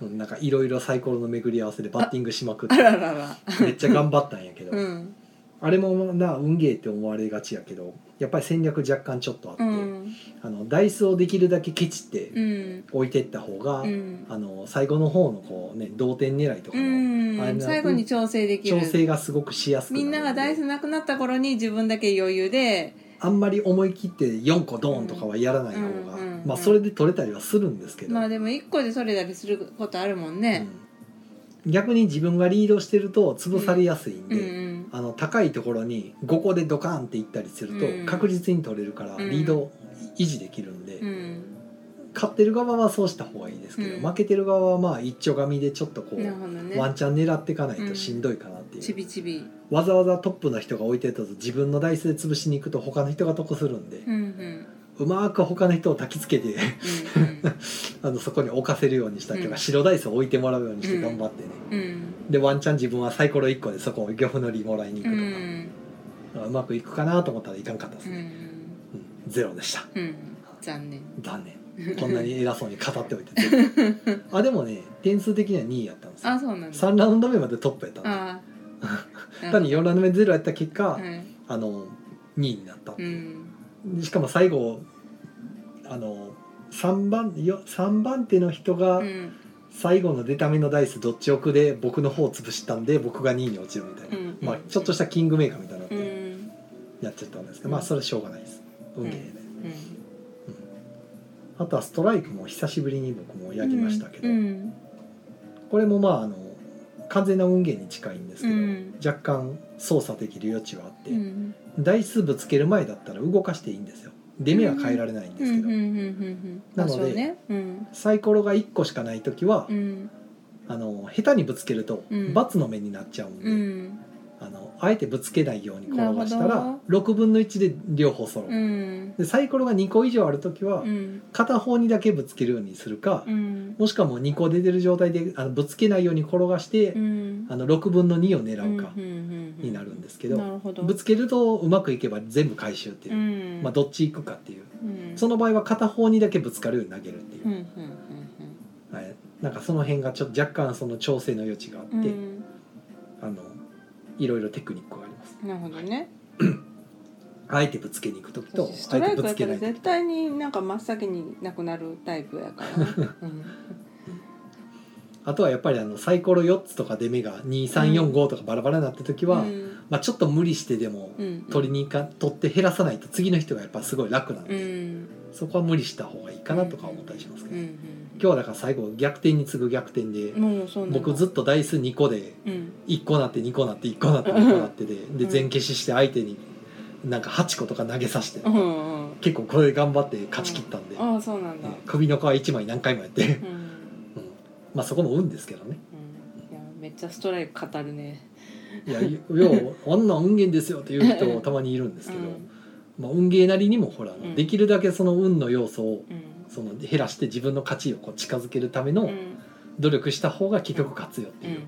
Speaker 2: た。なんかいろいろサイコロの巡り合わせでバッティングしまくっ
Speaker 1: あ
Speaker 2: て
Speaker 1: ららら
Speaker 2: めっちゃ頑張ったんやけど、
Speaker 1: うん
Speaker 2: あれもな運ゲーって思われがちやけど、やっぱり戦略若干ちょっとあって、
Speaker 1: うん
Speaker 2: あのダイスをできるだけケチって
Speaker 1: うん
Speaker 2: 置いてった方が、
Speaker 1: うん
Speaker 2: あの最後の方のこうね同点狙いとか
Speaker 1: う
Speaker 2: のあれ
Speaker 1: ん
Speaker 2: な
Speaker 1: 最後に調整でき
Speaker 2: 調
Speaker 1: る
Speaker 2: 整がすごくしやすくな
Speaker 1: み
Speaker 2: る
Speaker 1: んながダイスなくなった頃に自分だけ余裕で
Speaker 2: あんまり思い切って4個ドーンとかはやらない方が
Speaker 1: うんうんうん
Speaker 2: まあそれで取れたりはするんですけど、
Speaker 1: まあでも一個でそれだけすることあるもんね、
Speaker 2: うん逆に自分がリードしてると潰されやすいん
Speaker 1: う
Speaker 2: で、
Speaker 1: んうん
Speaker 2: あの高いところに5個でドカーンっていったりする
Speaker 1: うん
Speaker 2: と確実に取れるからリードを維持できるんで、
Speaker 1: うん
Speaker 2: 勝ってる側はそうした方がいいですけど、
Speaker 1: うん
Speaker 2: 負けてる側はまあ一丁紙でちょっとこう、
Speaker 1: なるほどね
Speaker 2: ワンチャン狙っていかないとしんどいかなっていう、
Speaker 1: ちびちび
Speaker 2: わざわざトップの人が置いてたと自分のダイスで潰しに行くと他の人が得するんで、
Speaker 1: うんうん
Speaker 2: うまく他の人を焚きつけて *laughs*
Speaker 1: う
Speaker 2: あのそこに置かせるようにしたりとか、
Speaker 1: うん
Speaker 2: 白ダイスを置いてもらうようにして
Speaker 1: うん
Speaker 2: 頑張ってね、
Speaker 1: んうんうん
Speaker 2: でワンチャン自分はサイコロ1個でそこを漁夫のりもらいに行
Speaker 1: う
Speaker 2: く
Speaker 1: ん
Speaker 2: とか、だからうまくいくかなと思ったらいかんかったです
Speaker 1: う
Speaker 2: ね、
Speaker 1: ん
Speaker 2: うんゼロでした
Speaker 1: うん残念
Speaker 2: 残念こんなに偉そうに語っておいてあでもね点数的には2位やったんです
Speaker 1: *laughs*
Speaker 2: よ
Speaker 1: あそうなんだ
Speaker 2: 3ラウンド目までトップやったんで
Speaker 1: ああ
Speaker 2: *laughs* 単に4ラウンド目ゼロやった結果、
Speaker 1: はい
Speaker 2: あの2位になったって
Speaker 1: う
Speaker 2: いうんしかも最後あの3番よ三番手の人が
Speaker 1: うん
Speaker 2: 最後の出た目のダイスどっち奥で僕の方を潰したんで僕が2位に落ちるみたいな、
Speaker 1: うん
Speaker 2: まあ、ちょっとしたキングメーカーみたいなのっ
Speaker 1: うんう
Speaker 2: て
Speaker 1: ん
Speaker 2: やっちゃったんですけど、
Speaker 1: うん
Speaker 2: まあそれはしょうがないです運ゲーで、あとはストライクも久しぶりに僕もやりましたけど、
Speaker 1: うん
Speaker 2: これもまああの完全な運ゲーに近いんです
Speaker 1: う
Speaker 2: けど、
Speaker 1: ん
Speaker 2: 若干操作できる余地はあって、
Speaker 1: うん
Speaker 2: 台数ぶつける前だったら動かしていいんですよ出目は変えられないんですけど、
Speaker 1: うんうんうんうんうん
Speaker 2: なので
Speaker 1: 場所ねうん
Speaker 2: サイコロが1個しかない時は、
Speaker 1: うん
Speaker 2: あの下手にぶつけると
Speaker 1: うん
Speaker 2: ×の目になっちゃうんで、
Speaker 1: うん
Speaker 2: あのあえてぶつけないように転がした
Speaker 1: なるほ
Speaker 2: ら6分の1で両方揃う、
Speaker 1: うん
Speaker 2: でサイコロが2個以上ある時は、
Speaker 1: うん
Speaker 2: 片方にだけぶつけるようにするか、
Speaker 1: うん
Speaker 2: もしくはもう2個出てる状態であのぶつけないように転がして、
Speaker 1: うん
Speaker 2: あの6分の2を狙うか
Speaker 1: うんうんうんうん
Speaker 2: になるんですけど,、
Speaker 1: なるほど
Speaker 2: ぶつけるとうまくいけば全部回収っていうう、
Speaker 1: ん
Speaker 2: まあ、どっち行くかっていう
Speaker 1: うん
Speaker 2: その場合は片方にだけぶつかるように投げるっていう
Speaker 1: う、んうんうん
Speaker 2: はい、なんかその辺がちょっと若干その調整の余地があって、
Speaker 1: うんうん
Speaker 2: あのいろいろテクニックがあります
Speaker 1: なるほどね
Speaker 2: あえてぶつけに行く時と
Speaker 1: ス
Speaker 2: あ
Speaker 1: ト
Speaker 2: え
Speaker 1: ライ
Speaker 2: て
Speaker 1: ク
Speaker 2: ぶ
Speaker 1: や
Speaker 2: つ
Speaker 1: っ
Speaker 2: け
Speaker 1: た
Speaker 2: な
Speaker 1: ら
Speaker 2: い時
Speaker 1: 絶対になんか真っ先になくなるタイプやからね、うん
Speaker 2: あとはやっぱりあのサイコロ4つとか出目が2345とかバラバラになった時は、
Speaker 1: うん
Speaker 2: まあ、ちょっと無理してでも
Speaker 1: うん、
Speaker 2: 取りに行か取って減らさないと次の人がやっぱすごい楽なん
Speaker 1: う
Speaker 2: で、
Speaker 1: ん
Speaker 2: そこは無理した方がいいかなとか思ったりしますけ
Speaker 1: う
Speaker 2: ど、
Speaker 1: ん
Speaker 2: 今日はだから最後逆転に次ぐ逆転で
Speaker 1: う、んもうそうなんだ
Speaker 2: 僕ずっと台数2個で
Speaker 1: うん
Speaker 2: 1個なって2個なって1個なって2個なってでで全消しして相手になんか8個とか投げさせて、
Speaker 1: うんうん
Speaker 2: 結構これ頑張って勝ち切ったんで、
Speaker 1: ああそうなんだ、
Speaker 2: ね首の皮1枚何回もやって、
Speaker 1: うんうん
Speaker 2: うんまあそこも運ですけどね
Speaker 1: いやめっちゃストライク語るね
Speaker 2: いやよう「あんな運ゲーですよ」っていう人もたまにいるんですけど、まあ、運ゲーなりにもほら、あの
Speaker 1: うん
Speaker 2: できるだけその運の要素を
Speaker 1: うん
Speaker 2: その減らして自分の勝ちをこう近づけるため
Speaker 1: うんう
Speaker 2: の
Speaker 1: ん
Speaker 2: 努力した方が結局勝つよって
Speaker 1: う
Speaker 2: いうん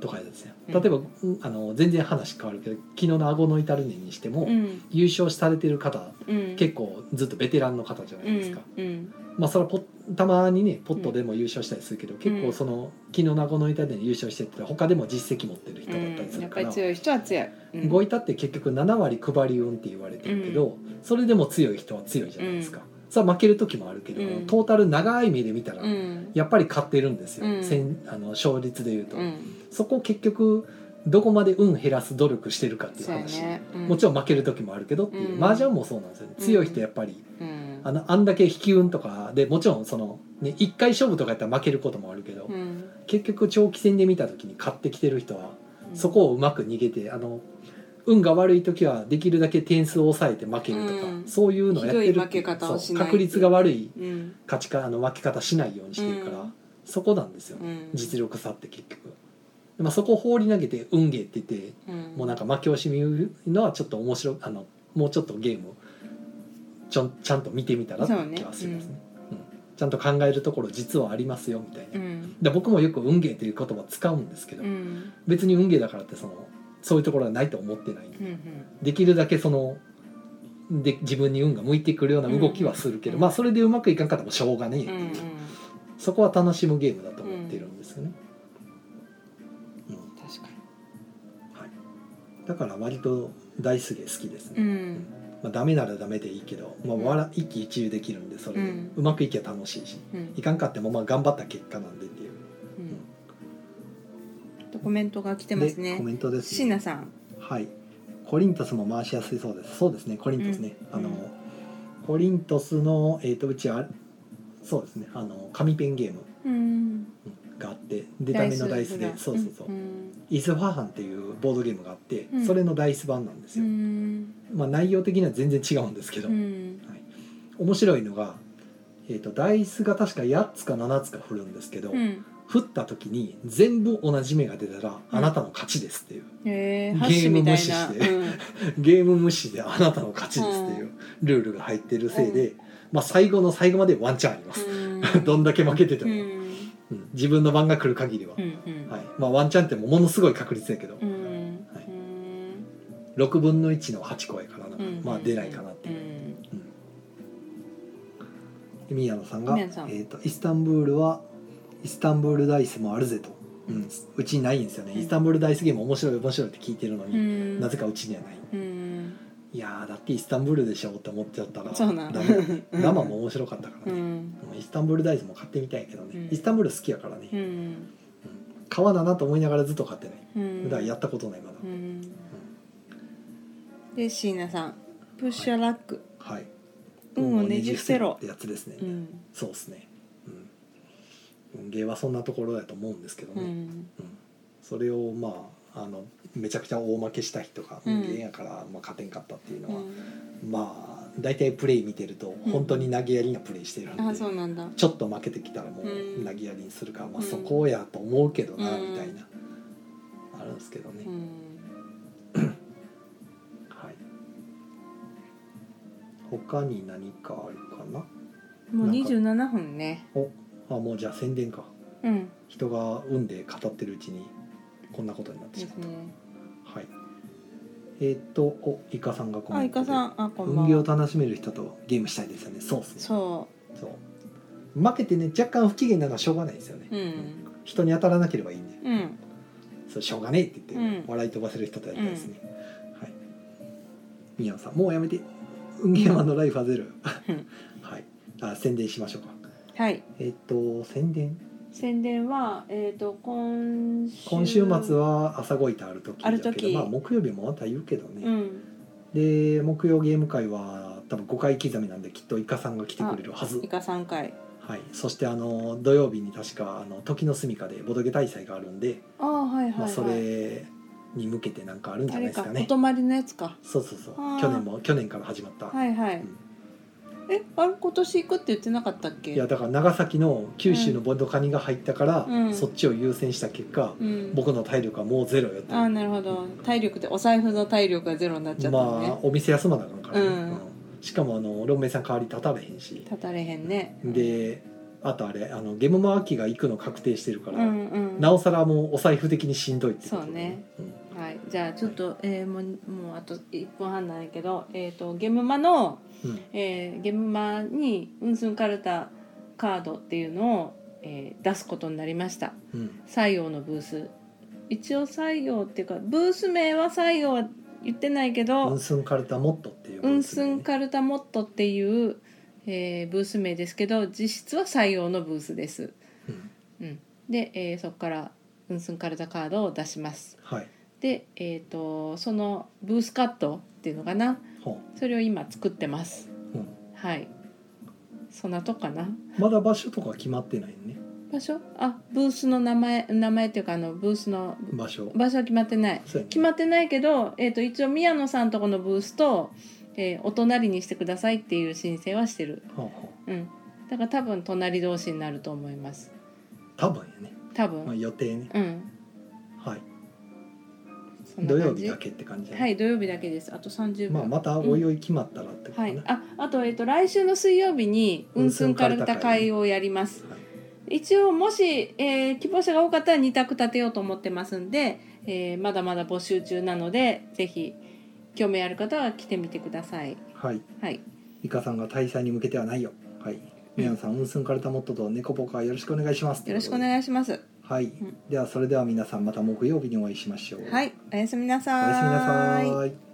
Speaker 2: とかですね、
Speaker 1: うん
Speaker 2: 例えば、うんあの全然話変わるけど昨日の顎の至るねにしても、
Speaker 1: うん
Speaker 2: 優勝されてる方
Speaker 1: うん
Speaker 2: 結構ずっとベテランの方じゃないですか、
Speaker 1: うん
Speaker 2: まあそれはポッたまにねポットでも優勝したりするけど、結構その昨日の顎の痛で優勝してて他でも実績持ってる人
Speaker 1: う
Speaker 2: だったりす
Speaker 1: ん、や
Speaker 2: る
Speaker 1: っ
Speaker 2: か
Speaker 1: ぱり
Speaker 2: ら、
Speaker 1: 強い人は強い、うん、
Speaker 2: ごいたって結局7割配り運って言われてるけど、それでも強い人は強いじゃないですか、さあ負ける時もあるけど、
Speaker 1: うん
Speaker 2: トータル長い目で見たら、
Speaker 1: うん
Speaker 2: やっぱり勝ってるんですよ、
Speaker 1: うん
Speaker 2: 戦あの勝率でいうと、
Speaker 1: うん
Speaker 2: そこ結局どこまで運減らす努力してるかっていう
Speaker 1: そうや
Speaker 2: 話
Speaker 1: ね、う
Speaker 2: もちろん負ける時もあるけどっていう、
Speaker 1: うん
Speaker 2: 麻雀もそうなんですよね強い人やっぱり
Speaker 1: うん
Speaker 2: あのあんだけ引き運とかでもちろんその、ね、1回勝負とかやったら負けることもあるけど、
Speaker 1: うん
Speaker 2: 結局長期戦で見た時に勝ってきてる人は
Speaker 1: うん
Speaker 2: そこをうまく逃げてあの運が悪い時はできるだけ点数を抑えて負けるとか、
Speaker 1: うん
Speaker 2: そういうのをやって
Speaker 1: ひどい
Speaker 2: る
Speaker 1: 負け方をしない
Speaker 2: そう確率が悪い
Speaker 1: うん
Speaker 2: 勝ちかあの負け方しないようにしてるから、
Speaker 1: うん
Speaker 2: そこなんですよ、
Speaker 1: うん
Speaker 2: 実力差って結局。まあ、そこを放り投げて運ゲーって言って
Speaker 1: うん
Speaker 2: もうなんか負け惜しみるのはちょっと面白いあのもうちょっとゲームをちょんちゃんと見てみたらって気はします
Speaker 1: そう
Speaker 2: ねうんちゃんと考えるところ実はありますよみたい
Speaker 1: う
Speaker 2: な、
Speaker 1: ん
Speaker 2: で僕もよく「運ゲー」という言葉使うんですけど、
Speaker 1: うん
Speaker 2: 別に運ゲーだからってそのそういうところはないと思ってないんで
Speaker 1: うんうん
Speaker 2: できるだけそので自分に運が向いてくるような動きはするけど、
Speaker 1: うん
Speaker 2: まあそれでうまくいかんかったらもうしょうがねえって
Speaker 1: う
Speaker 2: いう、
Speaker 1: ん
Speaker 2: そこは楽しむゲームだと思っているんですよね、うん
Speaker 1: 確か
Speaker 2: だから割と大好き好きですね、
Speaker 1: にうん
Speaker 2: まあ、ダメならダメでいいけど、まあ、
Speaker 1: うん
Speaker 2: 笑一喜一憂できるんでそれで、
Speaker 1: う
Speaker 2: うんまくいけば楽しいし
Speaker 1: うん
Speaker 2: いかんかってもまあ頑張った結果なんでっていう
Speaker 1: うんとコメントが来てます
Speaker 2: で
Speaker 1: ね
Speaker 2: コメントです
Speaker 1: 椎名さん
Speaker 2: はいコリントスも回しやすいそうですそうですねコリントスね、
Speaker 1: うん
Speaker 2: あの、
Speaker 1: うん
Speaker 2: コリントスの、えー、とうちはそうですねあの紙ペンゲーム
Speaker 1: うん
Speaker 2: があって出た目のダイスで
Speaker 1: が
Speaker 2: そうそうそう、
Speaker 1: ん
Speaker 2: イズファーハンっていうボードゲームがあって、
Speaker 1: うん
Speaker 2: それのダイス版なんです
Speaker 1: う
Speaker 2: よ、
Speaker 1: ん
Speaker 2: まあ、内容的には全然違うんですけど、
Speaker 1: うん
Speaker 2: 面白いのが、えー、とダイスが確か8つか7つか振るんですけど、
Speaker 1: うん
Speaker 2: 振った時に全部同じ目が出たら、あなたの勝ちですっていう
Speaker 1: えー、
Speaker 2: ゲーム
Speaker 1: 箸みたいな
Speaker 2: 無視してゲーム無視であなたの勝ちですっていうルールが入ってるせいで、まあ、最後の最後までワンチャンあります、
Speaker 1: うん
Speaker 2: どんだけ負けてて
Speaker 1: うん
Speaker 2: も、うん自分の番が来る限りは、
Speaker 1: うんうん
Speaker 2: はいまあ、ワンチャンってもものすごい確率やけど、
Speaker 1: うん
Speaker 2: はい
Speaker 1: うん
Speaker 2: 6分の1の8個やからな、
Speaker 1: うん
Speaker 2: まあ、出ないかなっていう
Speaker 1: う。ん
Speaker 2: で宮野さんが
Speaker 1: 宮野さん
Speaker 2: えーと「イスタンブールはイスタンブールダイスもあるぜと」う
Speaker 1: うん
Speaker 2: ん、うちにないんですよね、
Speaker 1: うん
Speaker 2: イスタンブールダイスゲーム面白い面白いって聞いてるの
Speaker 1: う
Speaker 2: に、
Speaker 1: ん
Speaker 2: なぜかうちにはない
Speaker 1: うん
Speaker 2: いやーだってイスタンブールでしょって思っちゃったら
Speaker 1: そうなの
Speaker 2: ダメだね生も面白かったから
Speaker 1: う
Speaker 2: ね、
Speaker 1: ん
Speaker 2: うんイスタンブールダイスも買ってみたいけどね、
Speaker 1: うん
Speaker 2: イスタンブール好きやからね、
Speaker 1: う
Speaker 2: うん
Speaker 1: ん
Speaker 2: 買わななと思いながらずっと買ってない、
Speaker 1: うん
Speaker 2: だからやったことないまだ、
Speaker 1: うんで椎名さんプッシュラック
Speaker 2: はい
Speaker 1: 運をねじ伏せろ
Speaker 2: ってやつですね、
Speaker 1: うん
Speaker 2: そうですねうん運ゲーはそんなところだと思うんですけど
Speaker 1: う
Speaker 2: ね、
Speaker 1: ん
Speaker 2: うんそれをまああのめちゃくちゃ大負けした人が
Speaker 1: うん
Speaker 2: 運ゲーやから、まあ、勝てんかったっていう
Speaker 1: う
Speaker 2: のは、
Speaker 1: ん
Speaker 2: まあ大体プレイ見てると
Speaker 1: うん
Speaker 2: 本当に投げやりなプレイしてるんで、
Speaker 1: あそうなんだ
Speaker 2: ちょっと負けてきたらも
Speaker 1: う
Speaker 2: うん投げやりにするから、ま
Speaker 1: う
Speaker 2: あ、
Speaker 1: ん
Speaker 2: そこやと思うけどな、
Speaker 1: うん
Speaker 2: みたいなあるんですけどね、
Speaker 1: うん
Speaker 2: はい他に何かあるかな
Speaker 1: もう
Speaker 2: なんか
Speaker 1: 27分ね
Speaker 2: おあもうじゃあ宣伝か
Speaker 1: うん
Speaker 2: 人が運で語ってるうちにこんなことになって
Speaker 1: で
Speaker 2: し
Speaker 1: す
Speaker 2: まっ
Speaker 1: ね
Speaker 2: た、はいえっ、とおイカさんがコ
Speaker 1: あ
Speaker 2: メン
Speaker 1: い
Speaker 2: ト
Speaker 1: か
Speaker 2: で
Speaker 1: さんあこんば
Speaker 2: 運気
Speaker 1: ん
Speaker 2: を
Speaker 1: は
Speaker 2: 楽しめる人とゲームしたいですよねそうっすね
Speaker 1: そ
Speaker 2: そう負けてね若干不機嫌なのはしょうがないですよね、
Speaker 1: ううん
Speaker 2: 人に当たらなければいいんで
Speaker 1: うん
Speaker 2: それしょうがねえって言って
Speaker 1: うん
Speaker 2: 笑い飛ばせる人とやりたいですね、はい宮野さんもうやめて運ゲーマンのライフはゼロ
Speaker 1: うん
Speaker 2: はいあ宣伝しましょうか
Speaker 1: はい
Speaker 2: えっと宣伝
Speaker 1: 宣伝はえっ、と今週
Speaker 2: 今週末は朝ごいてある時
Speaker 1: あ
Speaker 2: だけど
Speaker 1: る時
Speaker 2: まあ木曜日もまた言うけどね、
Speaker 1: うん
Speaker 2: で木曜ゲーム会は多分5回刻みなんできっとイカさんが来てくれるはず
Speaker 1: いか3回
Speaker 2: はい、そしてあの土曜日に確かあの時の住みかでボドゲ大祭があるんで、
Speaker 1: ああはいはい、はい
Speaker 2: まあ、それに向けてなんかあるんじゃ
Speaker 1: あ
Speaker 2: な
Speaker 1: れ
Speaker 2: いです
Speaker 1: か
Speaker 2: か
Speaker 1: お
Speaker 2: ね。
Speaker 1: 泊まりのやつか
Speaker 2: そうそうそう
Speaker 1: あー
Speaker 2: 去年も去年から始まった、
Speaker 1: はいはい、
Speaker 2: ん
Speaker 1: えあれ今年行くって言ってなかったっけ
Speaker 2: い、やだから長崎の九州のボドカニが入ったから、
Speaker 1: うん
Speaker 2: そっちを優先した結果、
Speaker 1: うん、
Speaker 2: 僕の体力はもうゼロよって
Speaker 1: ああなるほど体力でお財布の体力がゼロになっちゃった
Speaker 2: ま
Speaker 1: のね、
Speaker 2: あお店休まなあかんからね、
Speaker 1: うん
Speaker 2: うんしかもあのロンメイさん代わり立たれへんし
Speaker 1: 立たれへんね
Speaker 2: であとあれあのゲムマ秋が行くの確定してるか
Speaker 1: う
Speaker 2: ら、
Speaker 1: んうん
Speaker 2: なおさらもうお財布的にしんどいってことで
Speaker 1: そうね、
Speaker 2: うん
Speaker 1: はい、じゃあちょっと、えーもうもうあと1分半なんやけど、えー、とゲムマの、
Speaker 2: うん
Speaker 1: えーゲムマに「うんすんかるたカード」っていうのを、えー出すことになりました
Speaker 2: うん
Speaker 1: 西洋のブース一応西洋っていうかブース名は西洋は言ってないけ
Speaker 2: ウ
Speaker 1: ど
Speaker 2: ンスンカルタモットっていう
Speaker 1: 「う
Speaker 2: ブー
Speaker 1: ん
Speaker 2: ス
Speaker 1: す
Speaker 2: でね
Speaker 1: んかるたモット」っていう、えーブース名ですけど実質は西洋のブースです、
Speaker 2: うん
Speaker 1: うん、で、えーそこから「うんすんかるたカード」を出します
Speaker 2: はい
Speaker 1: で、えー、とそのブースカットっていうのかな
Speaker 2: ほ
Speaker 1: それを今作ってます
Speaker 2: う、うん、
Speaker 1: はいそんなとこかな
Speaker 2: まだ場所とか決まってないね
Speaker 1: 場所あブースの名前名前っていうかあのブースの
Speaker 2: 場所
Speaker 1: 場所は決まってない
Speaker 2: そうやね
Speaker 1: 決まってないけど、えー、と一応宮野さんとこのブースと、えーお隣にしてくださいっていう申請はしてる
Speaker 2: ほうほう
Speaker 1: うんだから多分隣同士になると思います
Speaker 2: 多分やね、
Speaker 1: 多
Speaker 2: まあ、
Speaker 1: 分
Speaker 2: 予定ね
Speaker 1: うん
Speaker 2: はい
Speaker 1: そんな
Speaker 2: 土曜
Speaker 1: 感
Speaker 2: 日
Speaker 1: じ
Speaker 2: だけって感じね
Speaker 1: はい土曜日だけですあと30秒
Speaker 2: まあまたおいおい決まったらってこと
Speaker 1: は
Speaker 2: ね、
Speaker 1: い、ああと,、えっと来週の水曜日に「うんすんかるた会」をやります
Speaker 2: はい
Speaker 1: 一応もし、えー希望者が多かったら2択立てようと思ってますんで、えーまだまだ募集中なのでぜひ興味ある方は来てみてください
Speaker 2: はい
Speaker 1: はい
Speaker 2: イカさんが大祭に向けてはないよはい皆さん、ウンスンカルタモットと猫ポカよろしくお願いします
Speaker 1: よろしくお
Speaker 2: い
Speaker 1: 願いします
Speaker 2: はい、
Speaker 1: ん
Speaker 2: ではそれでは皆さんまた木曜日にお会いしましょう、
Speaker 1: はいおやすみなさ
Speaker 2: お
Speaker 1: ー
Speaker 2: やすみなさーい